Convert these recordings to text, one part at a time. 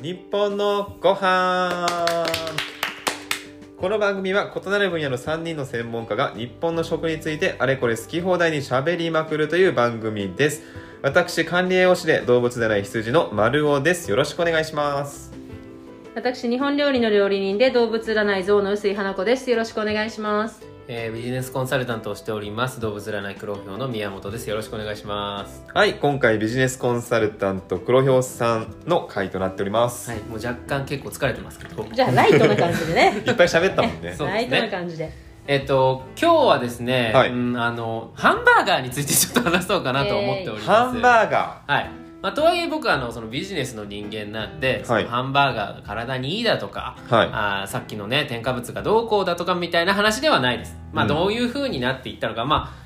日本のご飯この番組は異なる分野の3人の専門家が日本の食についてあれこれ好き放題に喋りまくるという番組です私管理栄養士で動物でない羊の丸尾ですよろしくお願いします私日本料理の料理人で動物占い象の薄井花子ですよろしくお願いしますえービジネスコンサルタントをしております動物占い黒豹の宮本ですよろしくお願いしますはい今回ビジネスコンサルタント黒ひょうさんの回となっております、、はいいもう若干結構疲れてますけどじゃあライトな感じでねっぱい喋ったもんね そうですねライトな感じでえっ、と今日はですね、はいうんあのハンバーガーについてちょっと話そうかなと思っております、ハンバーガはい、まあ、とはいえ僕はあのそのビジネスの人間なんで、そのハンバーガーが体にいいだとか、はいあーさっきのね添加物がどうこうだとかみたいな話ではないです、まうあ、んどういうふうになっていったのか、まあ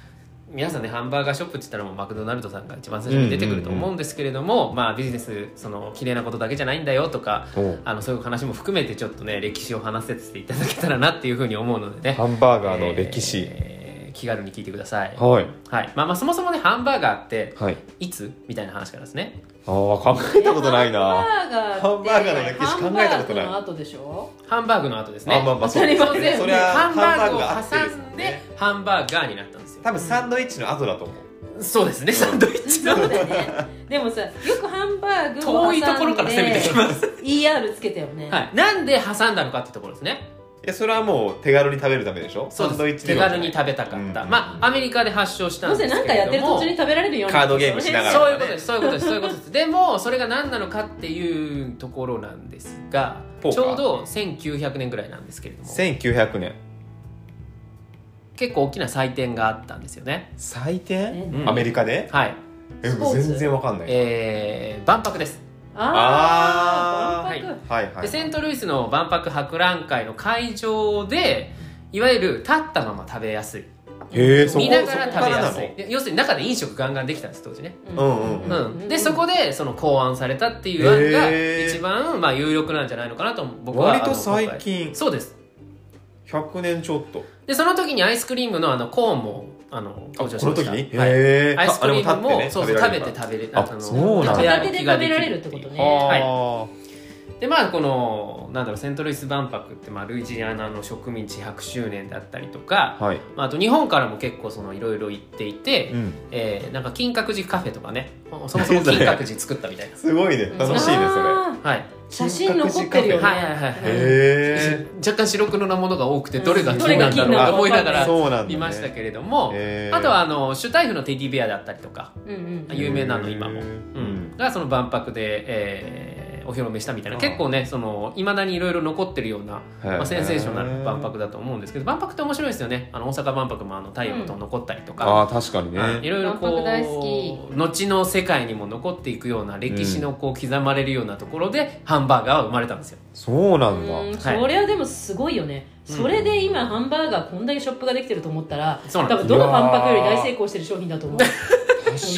皆さんねハンバーガーショップって言ったらもうマクドナルドさんが一番最初に出てくると思うんですけれども、まあ、ビジネスその綺麗なことだけじゃないんだよとかおうあのそういう話も含めてちょっとね歴史を話せていただけたらなっていうふうに思うのでねーハンバーガーの歴史、えー気軽に聞いてください、はいはいまあ、まあそもそもねハンバーガーってはいいつみたいな話からですねああ考えたことない なハンバーガーってハンバーガーの歴史考えたことないハンバーグの後でしょハンバーグの後ですねあまあまあそうです当たり前ねそれはハンバーハンバーグをグが合って挟るんんででハンバーガーになったんですよ多分サンドイッチの後だと思うそうですねサンドイッチそのうだよ ねでもさよくハンバーグを挟ん遠でいところから攻めてきます ER つけたよね、はいなんで挟んだのかってところですねいやそれはもう手軽に食べるためでしょそうサンドイッですチで手は軽に食べたかうっんうたんまあアメリカで発祥したどんうせですけれなどもんかやってる途中に食べられるようになってカードゲームしながらそういうことですそういうことですそういうことですでもそれが何なのかっていうところなんですがちポょーうカーど1900年ぐらいなんですけれども1900年結構大きな祭典があったんですよね祭典、うんアメリカではいえスポーツ全然わかんない、えー万博ですあああー万博はいはいでセントルイスの万博博覧会の会場でいわゆる立ったまま食べやすいへえそこ見ながらそこ食べからなやのすいで要するに中で飲食ガンガンできたんです当時ね、うんうんうんうんでそこでその考案されたっていう案がへー一番まあ有力なんじゃないのかなと僕は割あとの最近そうです100年ちょっとでその時にアイスクリームのあのコーンもあのあこ登場しのまし時たに、はいへえアイスクリームもあれそうそう食べて食べれあのそうなんだ食べ歩片手きでが食べできるられるってことねいうべられるははいでまあこのなんだろうセントルイス万博ってまあルイジアナの植民地100周年だったりとか、いはい、まあ、あと日本からも結構そのいろいろ行っていて、うん、えーなんか金閣寺カフェとかねそもそも金閣寺作ったみたいなすごいね楽しいねそれあーはい写真残ってるよねはいはいはいうんへ若干白黒なものが多くてどれがうん金 なんだろうと思いながえらそうなんだ、ね、見ましたけれども、へーあとはあのシュタイフのテディベアだったりとかうんうん有名なの今も、へうーん、がその万博で、えーお披露目したみたいな結構ねいまだにいろいろ残ってるような、まあ、センセーショナルな万博だと思うんですけど万博って面白いですよねあの大阪万博もあの太陽の塔残ったりとか、ああ確かにね、はいいろいろこ万博大好う後の世界にも残っていくような歴史のこう刻まれるようなところでハンバーガーは生まれたんですよ。そうなんだ、うんはいそれはでもすごいよね、それで今ハンバーガーこんだけショップができてると思ったらそ多うなん分ですどの万博より大成功してる商品だと思う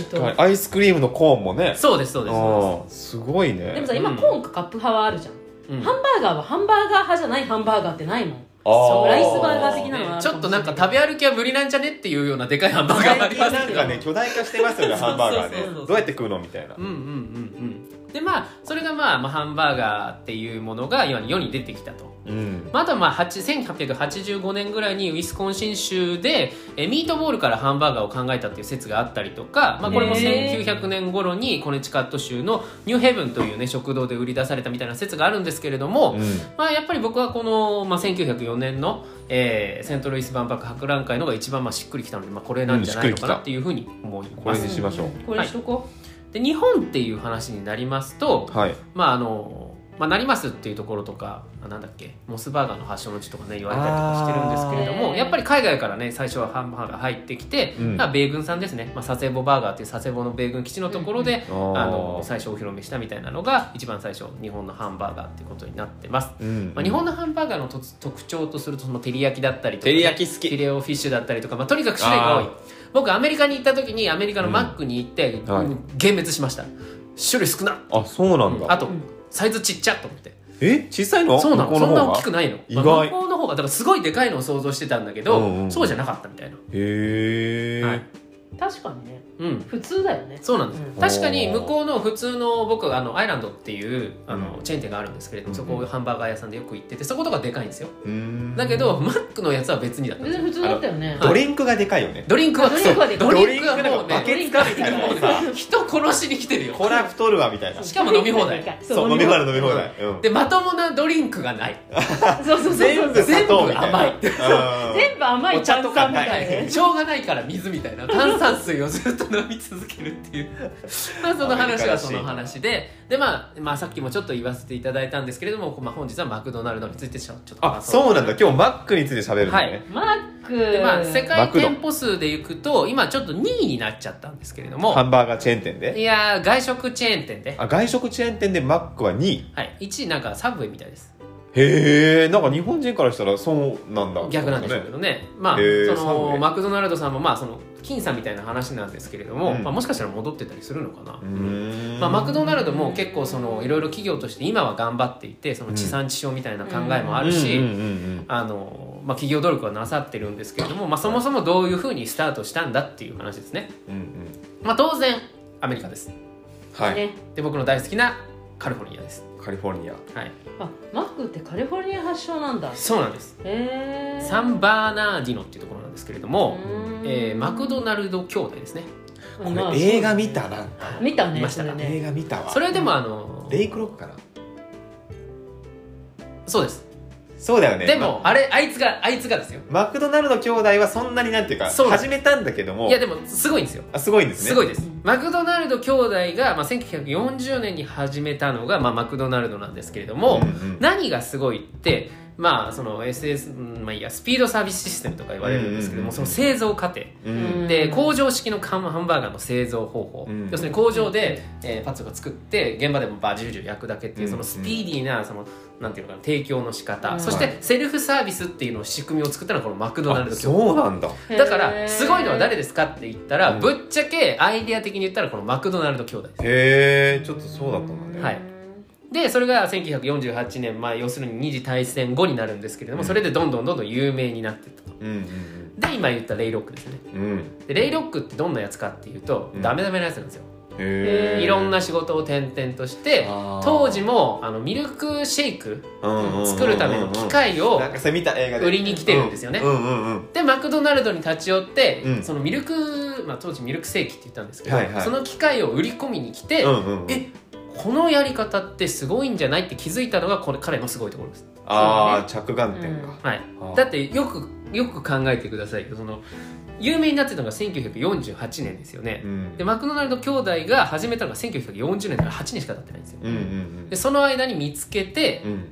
確かにアイスクリームのコーンもねそうですそうですそあーすごいねでもさうん今コーンかカップ派はあるじゃん、うです。ハンバーガーはハンバーガー派じゃないハンバーガーってないもんあーそうライスバーガー的なのはあるちかょもしれっとなないんか食べ歩きは無理なんじゃねっていうようなでかいハンバーガーがありますなけんどかね巨大化してますよねハンバーガーそうそうそねうどうやって食うのみたいなうんうんうんうんでまあそれがまあ、まあ、ハンバーガーっていうものが世に世に出てきたと。うんまあ、あとはまあ8 1885年ぐらいにウィスコンシン州でえーミートボールからハンバーガーを考えたっていう説があったりとか、まあ、これもへー1900年頃にコネチカット州のニューヘブンという、ね、食堂で売り出されたみたいな説があるんですけれども、うんまあ、やっぱり僕はこの、まあ、1904年の、えーセントルイス万博博覧会のが一番まあしっくりきたので、まあ、これなんじゃないのかなっていうふうに思いこまれす。にしましょうこれにしとこで日本っていう話になりますと、はいまああのまあ、なりますっていうところとかあなんだっけモスバーガーの発祥の地とかね言われたりとかしてるんですけれどあもーやっぱり海外からね最初はハンバーガー入ってきて、うんまあ米軍さんですね、まあ、佐世保バーガーっていう佐世保の米軍基地のところで、うんうんああのー最初お披露目したみたいなのが一番最初日本のハンバーガーっていうことになってます。うんまあ、日本のハンバーガーのとつ特徴とするとその照り焼きだったりとか、照り焼き好きフィレオフィッシュだったりとか、まあ、とにかく種類が多いあー僕アメリカに行った時にアメリカのマックに行って、んはい幻滅しました種類少なあそうなんあだと、サイズちっちゃと思ってえ小さいのそうな向このそんな大きのくないの意外まあ向こうの方がだからすごいでかいのを想像してたんだけど、うんうんそうじゃなかったみたいな、へえはい確かにねうん普通だよねそうなんです、うん確かに向こうの普通の僕あのアイランドっていうあうのんチェーン店があるんですけれども、うんそこハンバーガー屋さんでよく行っててそことかでかいんですようんだけどマックのやつは別にだったんで全す然よ普通だったよねドリンクがでかいよねドリンクはあドリンクはでかいそうドリンクはもうドリンクなんかバねケツかみたいなもんさ人殺しに来てるよこら太るわみたい なしかも飲み放題そう飲み放題飲み放題うんでまともなドリンクがないそうそうそう全部砂糖みたいな 全うん全部甘いお茶とか炭酸みたいなないね しょうがないから水みたいな炭酸水をずっと飲み続けるっていう まあその話はその話でで、まあ、まあさっきもちょっと言わせていただいたんですけれども、まあ、本日はマクドナルドについてちょちょっとあ話そうなんだで今日マックについて喋るんだはいねマックまあ世マ界クド店舗数でいくと今ちょっと2位になっちゃったんですけれどもハンバーガーチェーン店でいやー外食チェーン店で、あ外食チェーン店でマックは2位はい、1位なんかサブウェイみたいですへえんか日本人からしたらそうなんだ逆なんでしょうけどねまあへーそサブウェのイマクドナルドさんもまあその金さんみたいな話なんですけれども、うんまあ、もしかしたら戻ってたりするのかな、うーんまあ、マクドナルドも結構そのいろいろ企業として今は頑張っていてその地産地消みたいな考えもあるし、うんうんうんあのまあ、企業努力はなさってるんですけれども、まあ、そもそもどういうふうにスタートしたんだっていう話ですね、うんうんうんまあ、当然アメリカですはいねで僕の大好きなカリフォルニアです、カリフォルニアはい、あマックってカリフォルニア発祥なんだそうなんですへえサンバーナーディノっていうところなんですけれども、えーマクドルナルド兄弟ですねこれ映画見たな見たね見ましたかそれね映画見たわそれでもあのレイクロックかなそうですそうだよねでもあれあいつがあいつがですよマクドナルド兄弟はそんなになんていうかそう始めたんだけどもいやでもすごいんですよあすごいんですねすごいでですマクドナルド兄弟が、まあ、1940年に始めたのが、まあ、マクドナルドなんですけれども、何がすごいってまあその SS、うんまあ、いいやスピードサービスシステムとか言われるんですけどうんうも、んその製造過程うんで工場式のハンハンバーガーの製造方法、うん要するに工場で、えーパッツが作って現場でもバジュジュ焼くだけっていううんそのスピーディーなそのなんていうのかな提供の仕方、うんそしてセルフサービスっていうのを仕組みを作ったのがこのマクドナルあド兄弟そうなんだだからすごいのは誰でですかって言ったら、うんぶっちゃけアイデア的に言ったらこのマクドナルド兄弟ですへえちょっとそうだったんだねはいでそれが1948年、まあ、要するに二次大戦後になるんですけれども、うんそれでどんどんどんどん有名になっていったとうんで今言ったレイロックですねうんうんうんでレイロックってどんなやつかっていうと、うんダメダメなやつなんですよ、へえいろんな仕事を転々としてあー当時もあのミルクシェイク作るための機械械をなんかそれ見た映画で売りに来てるんですよね、うんうんうんでマクドナルドに立ち寄って、うんそのミルク、まあ、当時ミルクセーキって言ったんですけど、はいはいその機械を売り込みに来て、うんうんうんえこのやり方ってすごいんじゃないって気づいたのがこれ彼のすごいところです、ああ着眼点うんかはい、あーだってよくよく考えてくださいよその有名になってたのが1948年ですよねう、んでマクドナルド兄弟が始めたのが1940年だから8年しか経ってないんですよ、うんうんでその間に見つけてうんうん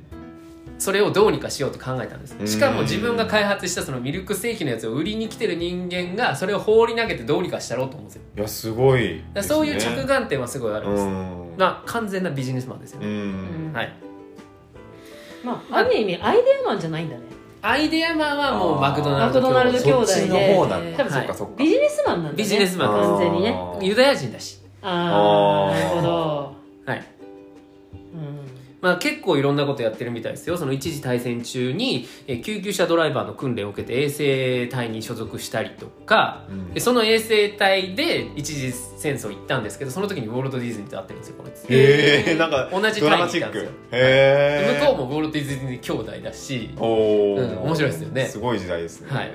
それをどうにかしようと考えたんですうんしかも自分が開発したそのミルクセーキのやつを売りに来てる人間がそれを放り投げてどうにかしたろうと思うんですよいやすごいだからそういう着眼点はすごいあるんです、うんまあ完全なビジネスマンですようね、んはいまあある意味アイデアマンじゃないんだねアイデアマンはもうマクドナルドマクドナルド兄弟でそっちの方なんだ多分そっかそっかビジネスマンなんだねビジネスマンです完全にねあーユダヤ人だし、ああーあなるほどはいうんまあ、結構いろんなことやってるみたいですよその一次大戦中にえー救急車ドライバーの訓練を受けて衛生隊に所属したりとかうんでその衛生隊で一次戦争行ったんですけどその時にウォルト・ディズニーと会ってるんですよこいつへえなんか同じドラ隊マにチいたッんですクへよでえ向こうもウォルト・ディズニー兄弟だしおお、うん面白いですよねすごい時代ですねはい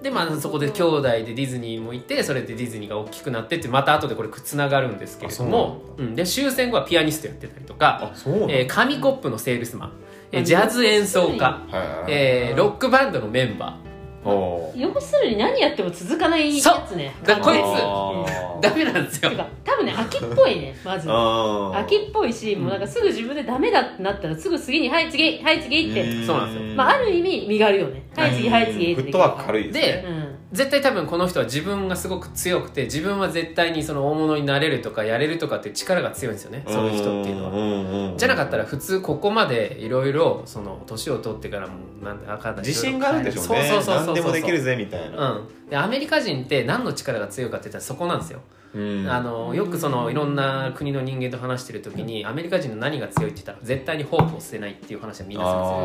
でまあそこで兄弟でディズニーもいてそれでディズニーが大きくなってってまた後でこれつながるんですけれどもあそううん、で終戦後はピアニストやってたりとか、あそうなんだえー紙コップのセールスマン、えージャズ演奏家、はいえーロックバンドのメンバーおー要するに何やっても続かないやつねそうだからこいつあーダメなんですよてか多分ね飽きっぽいねまずあー飽きっぽいしもうなんかすぐ自分でダメだってなったらすぐ次に「はい次はい次」って、うそうなんですよまあ、ある意味身軽よね「はい次はい次」フってットワーク軽い、いですねうん、絶対多分この人は自分がすごく強くて自分は絶対にその大物になれるとかやれるとかっていう力が強いんですよねそういう人っていうのは。はじゃなかったら普通ここまでいろいろその年を取ってからもなんだあかんだ自信があるんでしょうねそうそうそうそうそ何うでもできるぜみたいうな、ん、でアメリカ人って何の力が強いかって言ったらそこなんですよ、うんあのよくそのいろんな国の人間と話してる時にアメリカ人の何が強いって言ったら絶対にホープを捨てないっていう話はみんなするんですよ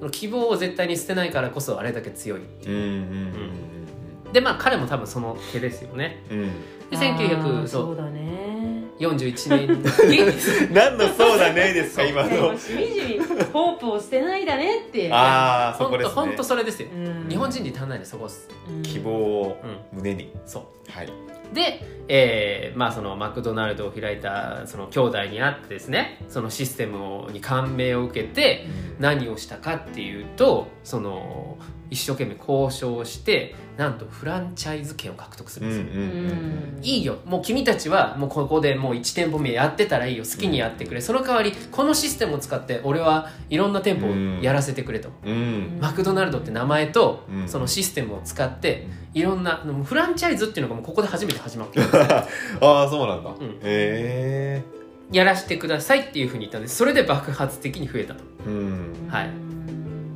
あその希望を絶対に捨てないからこそあれだけ強いってーうんいうう、んうんうんうんでまあ彼も多分その手ですよねうん、であーそう1941だ ね年に何のそうだねですか今いやものうしみじみホープを捨てないだねってあ あそほこんでとすほんねとそれですよ、うん日本人に足んないのそこっすうん希望をうん胸にそうはいで、えーまあ、そのマクドナルドを開いたその兄弟に会ってですねそのシステムをに感銘を受けて何をしたかっていうとその一生懸命交渉をしてなんとフランチャイズ権を獲得すうるんんうでんすよ、うんいいよもう君たちはもうここでもう1店舗目やってたらいいよ好きにやってくれその代わりこのシステムを使って俺はいろんな店舗をやらせてくれと、うんうんマクドナルドって名前とうんそのシステムを使っていろんなもうフランチャイズっていうのがもうここで初めて始まってるああそうなんだんへやらしてくださいっていうふうに言ったんですそれで爆発的に増えたとえうんはいうん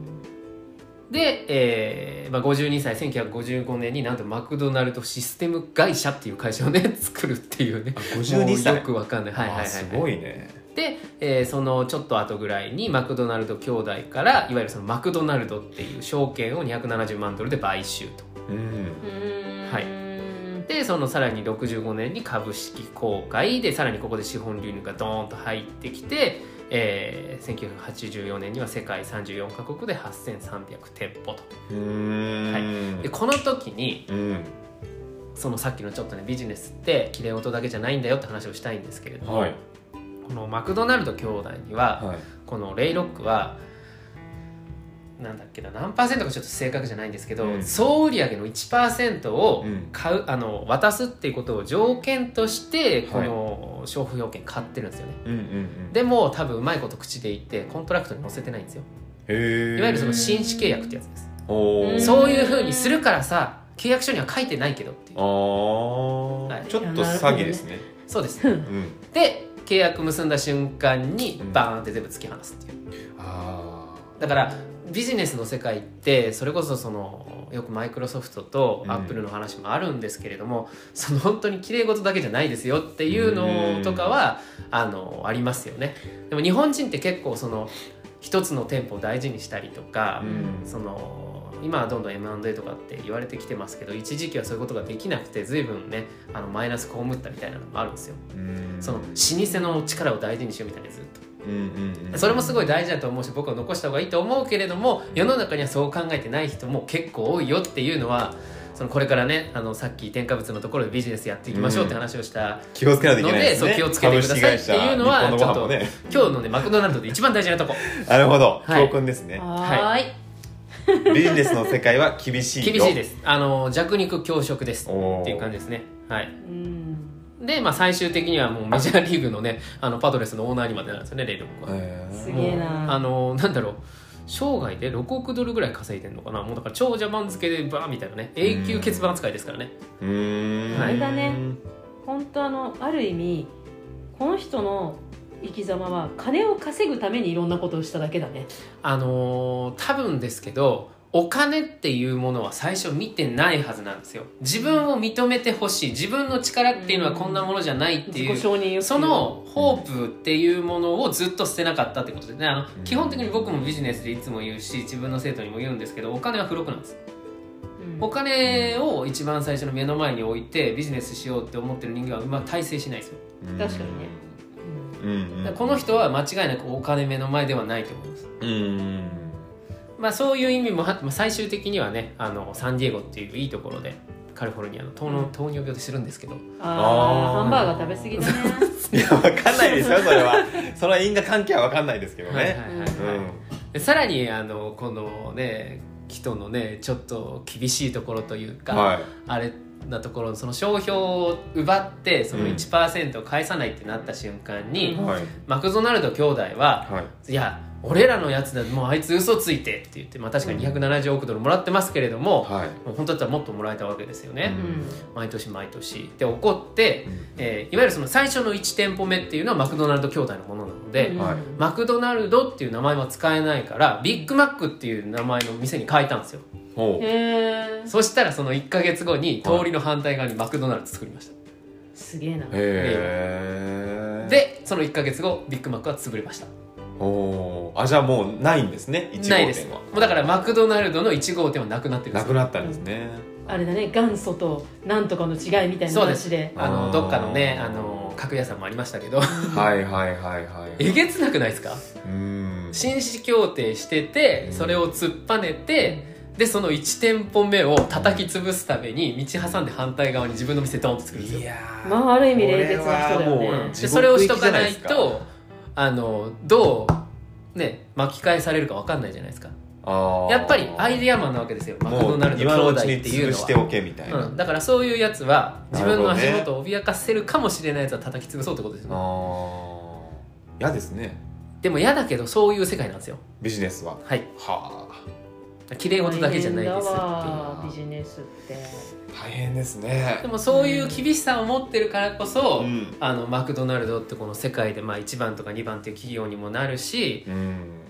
で、えーまあ、52歳1955年になんとマクドナルドシステム会社っていう会社をね 作るっていうねあ52歳もうよくわかんないはいはいはい、あーすごいねで、えーそのちょっと後ぐらいにマクドナルド兄弟からいわゆるそのマクドナルドっていう証券を270万ドルで買収とうんはでそのさらに65年に株式公開でさらにここで資本流入がドーンと入ってきて、えー、1984年には世界34カ国で8300店舗とうーんでこの時にうんそのさっきのちょっとねビジネスってきれい事だけじゃないんだよって話をしたいんですけれども、はいこのマクドナルド兄弟にははいこのレイロックはなんだっけな何パーセントかちょっと正確じゃないんですけど、うん総売上の1%をうん買うあの渡すっていうことを条件としてこはいの商標権買ってるんですよね、うんうんうんでも多分うまいこと口で言ってコントラクトに載せてないんですよへえいわゆるその紳士契約ってやつです、おうんーそういうふうにするからさ契約書には書いてないけどっていうあー、はいちょっと詐欺ですねそうですうんで契約結んだ瞬間にうんバーンって全部突き放すっていうあだからビジネスの世界ってそれこそそのよくマイクロソフトとうんアップルの話もあるんですけれども、その本当に綺麗事だけじゃないですよっていうのとかは、あのありますよねでも日本人って結構その一つの店舗を大事にしたりとかう、んその今はどんどん M&A とかって言われてきてますけど一時期はそういうことができなくて随分ねあのマイナス被ったみたいなのもあるんですようんその老舗の力を大事にしようみたいなずっとうんうんうんそれもすごい大事だと思うし僕は残した方がいいと思うけれども世の中にはそう考えてない人も結構多いよっていうのはそのこれからねあのさっき添加物のところでビジネスやっていきましょうって話をした、気をつけないといけないですねのでそう気をつけてくださいっていうのは株式会社日本のご飯もね今日のねマクドナルドで一番大事なとこなるほど、はい教訓ですねはーいビジネスの世界は厳しいよ厳しいですあの弱肉強食ですっていう感じですねはういんで、まあ、最終的にはもうメジャーリーグのねあのパドレスのオーナーにまでなんですよねレイドックは、へーすげえなもうあのなんだろう生涯で6億ドルぐらい稼いでんのかなもうだから長者番付でバーみたいなね永久欠番扱いですからねうーんあれだね本当あのある意味この人の生き様は金を稼ぐためにいろんなことをしただけだねあのー多分ですけどお金っていうものは最初見てないはずなんですよ自分を認めてほしい自分の力っていうのはこんなものじゃないって自い己う承認欲求そのホープっていうものをずっと捨てなかったってことですねあのうん基本的に僕もビジネスでいつも言うし自分の生徒にも言うんですけどお金は付録なんですうんお金を一番最初の目の前に置いてビジネスしようって思ってる人間はまあ体制しないですようん確かにねうんうんだかうんらこの人は間違いなくお金目の前ではないと思いますうんまあ、そういう意味もは、まあ、最終的にはねあのサンディエゴっていういいところでカリフォルニアの糖の糖尿病でするんですけどあーあーハンバーガー食べ過ぎだねいやわかんないですよそ れはそれは因果関係はわかんないですけどね、はいはいはいはいうんでさらにあのこのね人のねちょっと厳しいところというか、はいあれなところその商標を奪ってそのうん1%を返さないってなった瞬間に、うんはいマクドナルド兄弟ははい「いや俺らのやつだもうあいつ嘘ついて」って言って、まあ、確かに270億ドルもらってますけれども、はいもう本当だったらもっともらえたわけですよね。う毎年毎年で怒って、えーいわゆるその最初の1店舗目っていうのはマクドナルド兄弟のものなので、うんはいうんマクドナルドっていう名前は使えないからビッグマックっていう名前の店に変えたんですよほうへえそしたらその1か月後に通りの反対側にマクドナルド作りました、すげえなへえでその1か月後ビッグマックは潰れましたおあじゃあもうないんですね1号店はないですもうだからマクドナルドの1号店はなくなってるんでなすくよなったんですね、あれだね元祖となんとかの違いみたいな話でああーのどっかのねあの格屋さんもありましたけど はいはいはいはいえげつなくないですかうん紳士協定しててそれを突っぱねてでその1店舗目を叩き潰すために道挟んで反対側に自分の店ドンと作るんですよいやーまあある意味冷徹な人だよねこれはもうで地それを獄し行きとじゃかなないですいかとあのどうね巻き返されるか分かんないじゃないですかあーやっぱりアイデアマンなわけですよマクドナルドもう今の兄うち弟にっていう潰のしては。おけみたいな、うん、だからそういうやつは自分の足なるほ元を脅かせるかもしれないやつは叩き潰そうってことですよねああ嫌ですねでも嫌だけどそういう世界なんですよビジネスははいはあ綺麗事だけじゃないですってい大変うだわビジネスって大変ですねでもそういう厳しさを持ってるからこそ、うん、あのマクドナルドってこの世界でまあ1番とか2番っていう企業にもなるし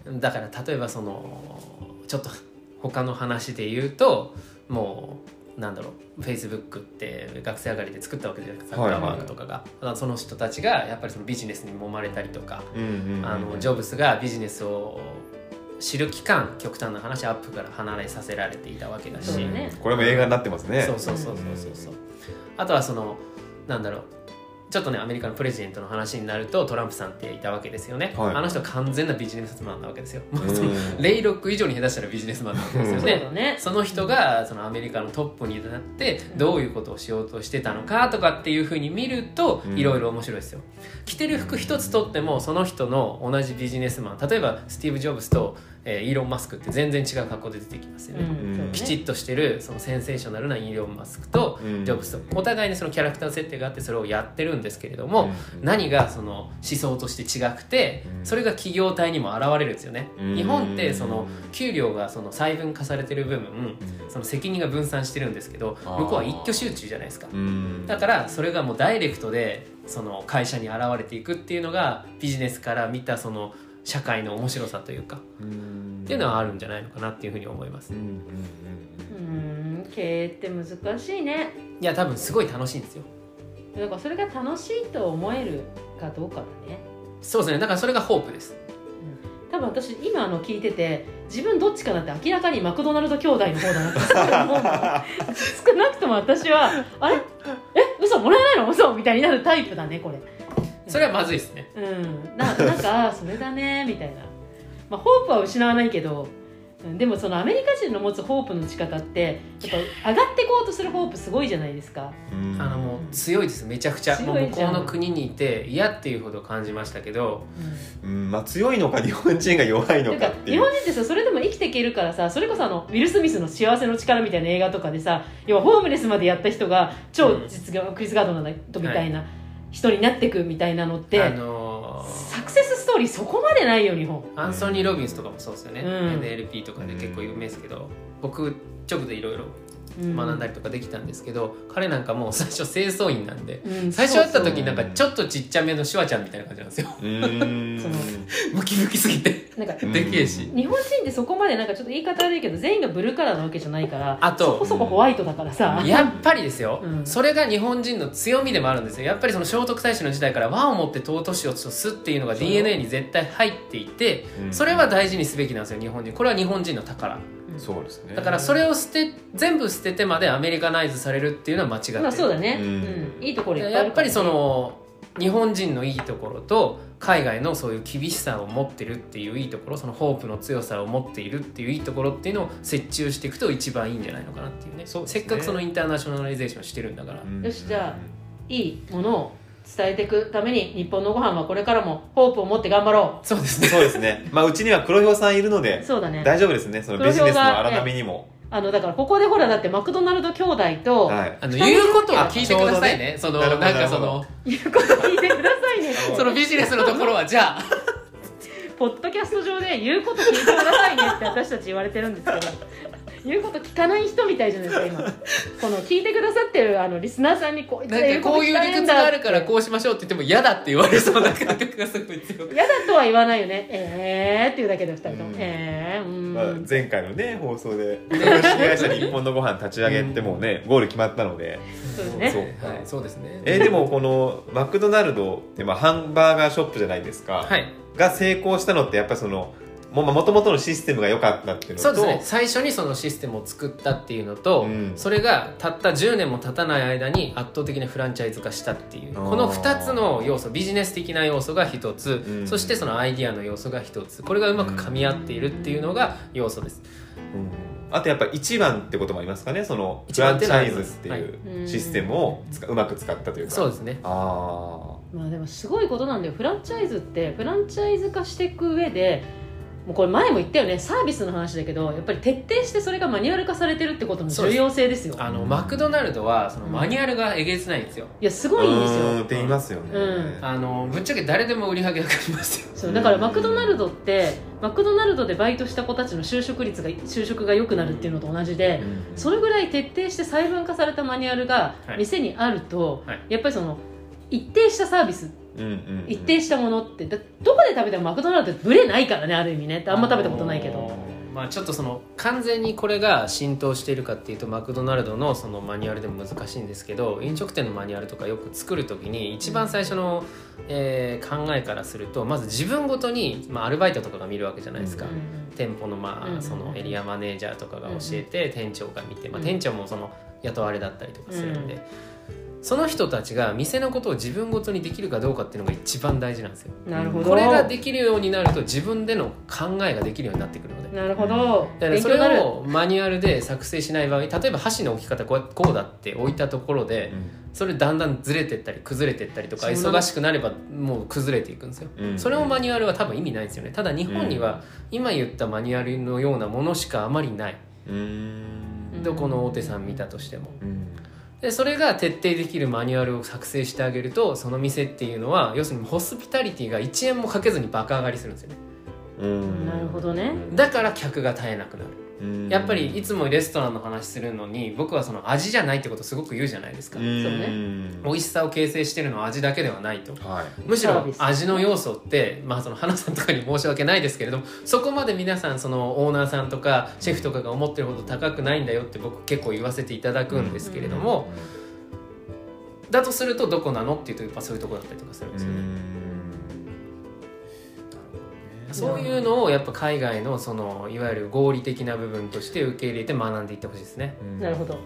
うん、だから例えばそのちょっと他の話で言うともうなんだろうフェイスブックって学生上がりで作ったわけじゃないですかはいサはいッカーバーグとかが、ただその人たちがやっぱりそのビジネスに揉まれたりとか、うんうんうんあのジョブスがビジネスを知る期間極端な話アップから離れさせられていたわけだし、そうだねこれも映画になってますねそうそうそうそうそうそうあとはそのなんだろうちょっとねアメリカのプレジデントの話になるとトランプさんっていたわけですよね、はいあの人は完全なビジネスマンなわけですよ、もううんそのレイロック以上に下手したらビジネスマンなわけですよそうねだねその人がそのアメリカのトップになってどういうことをしようとしてたのかとかっていうふうに見るとうんいろいろ面白いですよ着てる服一つとってもその人の同じビジネスマン例えばスティーブ・ジョブズと、えーイーロン・マスクって全然違う格好で出てきますよね、うんそうだねきちっとしてるそのセンセーショナルなイーロン・マスクとうんジョブズとお互いにそのキャラクター設定があってそれをやってるんですけれども、うん何がその思想として違くてうんそれが企業体にも現れるんですよね。うん日本ってその給料がその細分化されてる部分その責任が分散してるんですけどあー向こうは一挙集中じゃないですか。うんだからそれがもうダイレクトでその会社に現れていくっていうのがビジネスから見たその社会の面白さというかうんっていうのはあるんじゃないのかなっていうふうに思いますうん。うんうんうん経営って難しいねいや多分すごい楽しいんですよだからそれが楽しいと思えるかどうかだねそうですねだからそれがホープです多分私今あの聞いてて自分どっちかなって明らかにマクドナルド兄弟の方だなってすごい思うの少なくとも私はあれえ嘘もらえないの嘘みたいになるタイプだねこれそれはまずいですねうんななんかあーそれだねみたいな、まあ、ホープは失わないけどうんでもそのアメリカ人の持つホープの仕方ってやっぱ上がっていこうとするホープすごいじゃないですかうんうんあのもう強いですめちゃくちゃ強もうい向じこゃうんの国にいて嫌っていうほど感じましたけどうんまあ強いのか日本人が弱いなのんかかってい日う本人ってさそれでも生きていけるからさそれこそあのウィル・スミスの「幸せの力」みたいな映画とかでさ要はホームレスまでやった人が超実業、クリス・ガードナーとみたいな人になってくみたいなのって、あのーサクセスストーリーそこまでないよ日本アンソニー・ロビンスとかもそうですよね、うん NLP とかで結構有名ですけど僕直でいろいろ学んだりとかできたんですけど、彼なんかもう最初清掃員なんでうん最初会った時になんかちょっとちっちゃめのシュワちゃんみたいな感じなんですよ うんそのムキムキすぎてなんかうんでけえし日本人ってそこまでなんかちょっと言い方悪いけど全員がブルーカラーなわけじゃないからあとそこそこホワイトだからさ やっぱりですよ、うんそれが日本人の強みでもあるんですよやっぱりその聖徳太子の時代から和をもって尊しをとすっていうのが DNA に絶対入っていてうんそれは大事にすべきなんですよ日本人これは日本人の宝そうですねだからそれを捨て全部捨ててまでアメリカナイズされるっていうのは間違ってるまあそうだね、ううんんいいところいっぱいあやるっかぱらりその日本人のいいところと海外のそういう厳しさを持ってるっていういいところそのホープの強さを持っているっていういいところっていうのを折衷していくと一番いいんじゃないのかなっていうねそうですせねっかくそのインターナショナリゼーションしてるんだから、うんよしじゃいいものを伝えていくために日本のご飯はこれからもホープを持って頑張ろそうですねそうですねまあうちには黒ひょうさんいるのうでそうだね大丈夫ですねそのビジネスの荒波にもあのだからここでほらだってマクドナルド兄弟と、はいあの言うことは聞いてくださいねそのなるなほんどかそなるの言うこと聞いてくださ いねあそのビジネスのところはじ ゃあポッドキャスト上で言うこと聞いてくださいねって私たち言われてるんですけど言うこと聞かない人みたいじゃないですか今この聞いてくださってるあのリスナーさんにこうなんかこういう理屈があるからうこうしましょうって言っても嫌だって言われそうな感覚がすごい強く嫌だとは言わないよねえーって言うだけで2人とも、うんえーうーん、まあ、前回のね放送で株式会社日本のご飯立ち上げってもうねゴール決まったのでそうですねそうはい、そうですねえーでもこのマクドナルドってまあハンバーガーショップじゃないですか、はいが成功したのってやっぱりそのももともとのシステムが良かったっていうのとそうですね最初にそのシステムを作ったっていうのと、うんそれがたった10年も経たない間に圧倒的なフランチャイズ化したっていうあーこの2つの要素ビジネス的な要素が1つ、うんそしてそのアイディアの要素が1つこれがうまく噛み合っているっていうのが要素です。うんあとやっぱ一番ってこともありますかねそのフ一ラン番っチてのはャイズっていうシステムを使うまく使ったというかそうですねあまあでもすごいことなんだよフランチャイズってフランチャイズ化していく上でもうこれ前も言ったよねサービスの話だけどやっぱり徹底してそれがマニュアル化されてるってことの重要性ですよあのマクドナルドはそのマニュアルがえげつないんですよ。いやすあごいんですうーんよって言いますよね、うんあのぶっちゃけ誰でも売り上げがかりますよ。そうだからマクドナルドってマクドナルドでバイトした子たちの就職率が就職が良くなるっていうのと同じでうんそれぐらい徹底して細分化されたマニュアルがはい店にあると、はいやっぱりその一定したサービスうんうんうん一定したものってだどこで食べてもマクドナルドってブレないからねある意味 ねあんま食べたことないけど、あのーまあ、ちょっとその完全にこれが浸透しているかっていうとマクドナルドのそのマニュアルでも難しいんですけど飲食店のマニュアルとかよく作る時に一番最初の、えー考えからするとまず自分ごとに、まあ、アルバイトとかが見るわけじゃないですか。うん店舗のうまんあそのエリアマネージャーとかが教えて店長が見て、まあ、うん店長もその雇われだったりとかするんで、その人たちが店のことを自分ごとにできるかどうかっていうのが一番大事なんですよ。なるほどこれができるようになると自分での考えができるようになってくるので。なるほどだから勉そ強になれるをマニュアルで作成しない場合例えば箸の置き方こうやこうだって置いたところでそれだんだんずれてったり崩れてったりとかそうなの忙しくなればもう崩れていくんですようんそれもマニュアルは多分意味ないんですよねただ日本には今言ったマニュアルのようなものしかあまりないうんどこの大手さん見たとしてもうんでそれが徹底できるマニュアルを作成してあげるとその店っていうのは要するにホスピタリティが1円もかけずに爆上がりするんですよねうんなるほどねだから客が絶えなくなるうんやっぱりいつもレストランの話するのに僕はその味じゃないってことすごく言うじゃないですか、うんそうね美味しさを形成してるのは味だけではないとはいむしサーろビス味の要素って、まあ、その花さんとかに申し訳ないですけれどもそこまで皆さんそのオーナーさんとかシェフとかが思ってるほど高くないんだよって僕結構言わせていただくんですけれども、だとするとどこなのっていうとやっぱそういうとこだったりとかするんですよね。そういうのをやっぱ海外のそのいわゆる合理的な部分として受け入れて学んでいってほしいですね。うんなるほど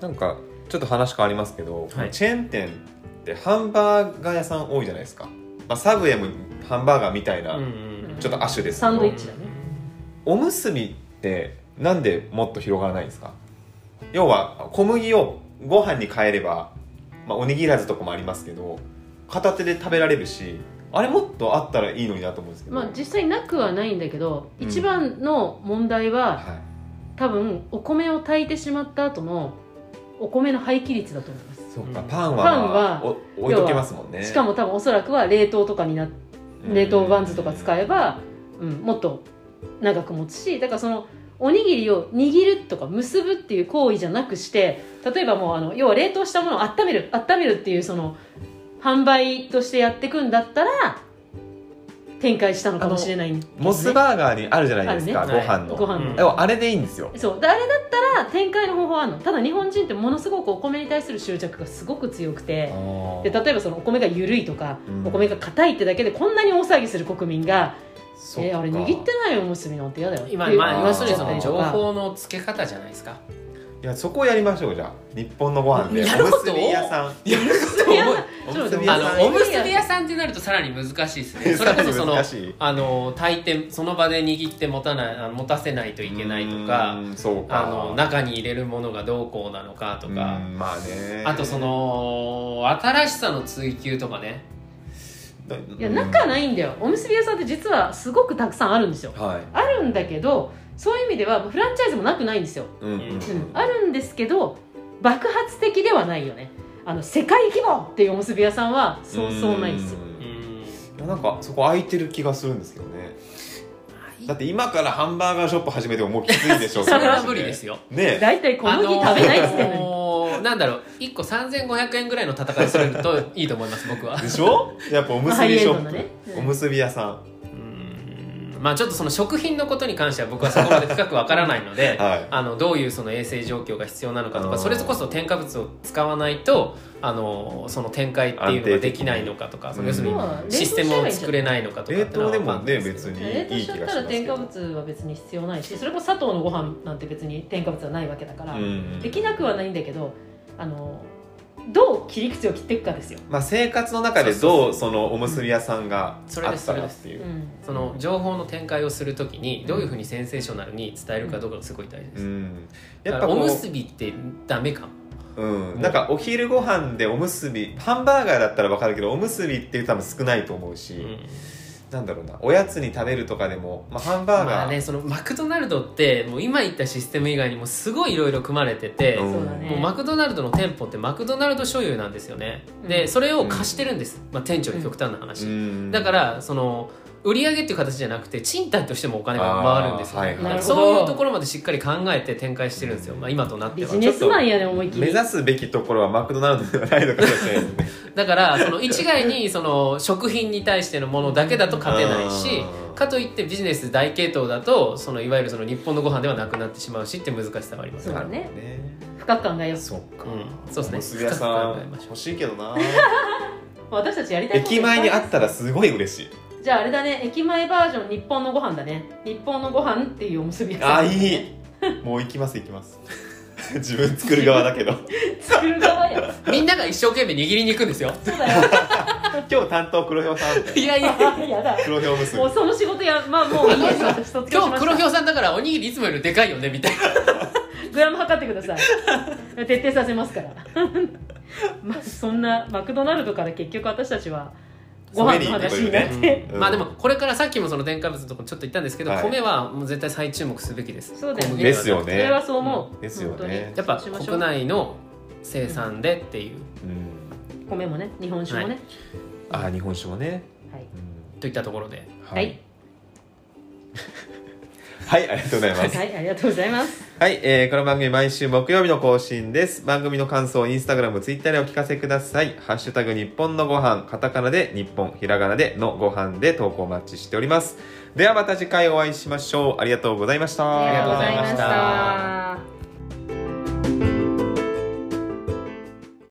なんかちょっと話変わりますけど、はいチェーン店ってハンバーガー屋さん多いじゃないですか、まあ、サブウェイもハンバーガーみたいな、うんちょっと亜種ですけサンドイッどチだねおむすびってなんでもっと広がらないんですか要は小麦をご飯に変えれば、まあ、おにぎらずとかもありますけど片手で食べられるしあれもっとあったらいいのになと思うんですけど、まあ実際なくはないんだけど、うん一番の問題ははい、多分お米を炊いてしまった後のお米の廃棄率だと思いますそうか、うんパンはパンはお置いとけますもんねしかも多分おそらくは冷凍とかになっうん冷凍バンズとか使えば、うん、もっと長く持つしだからそのおにぎりを握るとか結ぶっていう行為じゃなくして例えばもうあの要は冷凍したものを温める温めるっていうその販売としてやっていくんだったら展開したのかもしれない、モスバーガーにあるじゃないですか、あるねご飯の、ご飯の、うんでもあれでいいんですよそうであれだったら展開の方法はあるのただ日本人ってものすごくお米に対する執着がすごく強くてで例えばそのお米が緩いとか、うんお米が硬いってだけでこんなに大騒ぎする国民が「そっかえー、あれ握ってないよおむすびなんて嫌だよ」今、っていうまあ、要するにそあのー情報の付け方じゃないですか。いやそこをやりましょうじゃあ日本のご飯でやるおむことすび屋さんやると思うおむすびいや屋あさのおんむすび屋さんってなるとさらに難しいですね。それこそその難しいあの炊いてその場で握って持たないあの持たせないといけないとかう、んそうかあの中に入れるものがどうこうなのかとかう、んまあねあとその新しさの追求とかね。いや仲ないんだよおむすび屋さんって実はすごくたくさんあるんですよはいあるんだけどそういう意味ではフランチャイズもなくないんですよ、うんうんうん、あるんですけど爆発的ではないよねあの世界規模っていうおむすび屋さんはそうそうないんですようんいうんやなんかそこ空いてる気がするんですけどねだって今からハンバーガーショップ始めてももうきついでしょそれは無理ですよよ。ね大体小麦食べないっつってんのにのーなんだろう1個3500円ぐらいの戦いするといいと思います僕はでしょやっぱおむすびショハイエンドのねッうプんおむすび屋さんうんまあちょっとその食品のことに関しては僕はそこまで深くわからないので、はいあのどういうその衛生状況が必要なのかとあーかそれこそ添加物を使わないとあのその展開っていうのができないのかとか安定的にその要するにまあ冷凍システムを作れいないのかとか冷ってのは凍でもわかんないねです別けどに冷凍いいしちゃ気っがたしらますけ添加ど物は別に必要ないしそれこそ砂糖のご飯なんて別に添加物はないわけだから、うんできなくはないんだけどあのどう切り口を切っていくかですよ、、まあ生活の中でどうそのおむすび屋さんがそれあでっすたらっていううんその情報の展開をするときにどういうふうにセンセーショナルに伝えるかどうかがすごい大事でうす、んだやかっらぱおこむうすびってダメかもうん、なんかお昼ご飯でおむすびハンバーガーだったら分かるけどおむすびっていう多分少ないと思うし、なんだろうなおやつに食べるとかでも、まあ、ハンバーガー、まあねそのマクドナルドってもう今言ったシステム以外にもすごいいろいろ組まれてて、うんそうだねもうマクドナルドの店舗ってマクドナルド所有なんですよね、でそれを貸してるんです、まあ、店長に極端な話、うんだからその売り上げっていう形じゃなくて賃貸としてもお金が回るんですよ、あーはいねはいだからなるほどそういうところまでしっかり考えて展開してるんですよ、まあ、今となってビはジネスマンやね思いっきり目指すべきところはマクドナルドではないのかもしれないですねだからその一概にその食品に対してのものだけだと 勝てないしうんかといってビジネス大系統だとそのいわゆるその日本のご飯ではなくなってしまうしって難しさはありますそうだねなるほど深く考えようそっか、うんそうですねおむすび屋深さく考えんましょう欲しいけどな まあ私たちやりたいことい駅っぱい前にあったらすごい嬉しいじゃああれだね駅前バージョン日本のご飯だね日本のご飯っていうおむすびあ屋さんいいもう行きます行きます 自分作る側だ けど作る側やみんなが一生懸命握りに行くんですよそうだよ今日担当黒ひょうさんみ たいないやいややだ黒ひょう結びもうその仕事やまあもういいです私卒業し 今ま日し黒たひょうさんだからおにぎりいつもよりでかいよねみたいなグラム測ってください徹底させますから、 まあ、そんなマクドナルドから結局私たちはご飯の話になっソてうんまあでもこれからさっきもその添加物のとこちょっと言ったんですけど、はい米はもう絶対再注目すべきですそうだよね小麦ではすよそれねはそう思う、うんですよね本当にやっぱそうしま国しょ内の生産でっていう、うんう米もね日本酒もねあー日本酒もね、はい、うんといったところではいはいありがとうございますはい、ありがとうございますはい、えーこの番組毎週木曜日の更新です。番組の感想をインスタグラム、ツイッターでお聞かせください。ハッシュタグ日本のご飯、カタカナで日本、ひらがなでのご飯で投稿お待ちしております。ではまた次回お会いしましょう。ありがとうございました。ありがとうございましありたがとうございました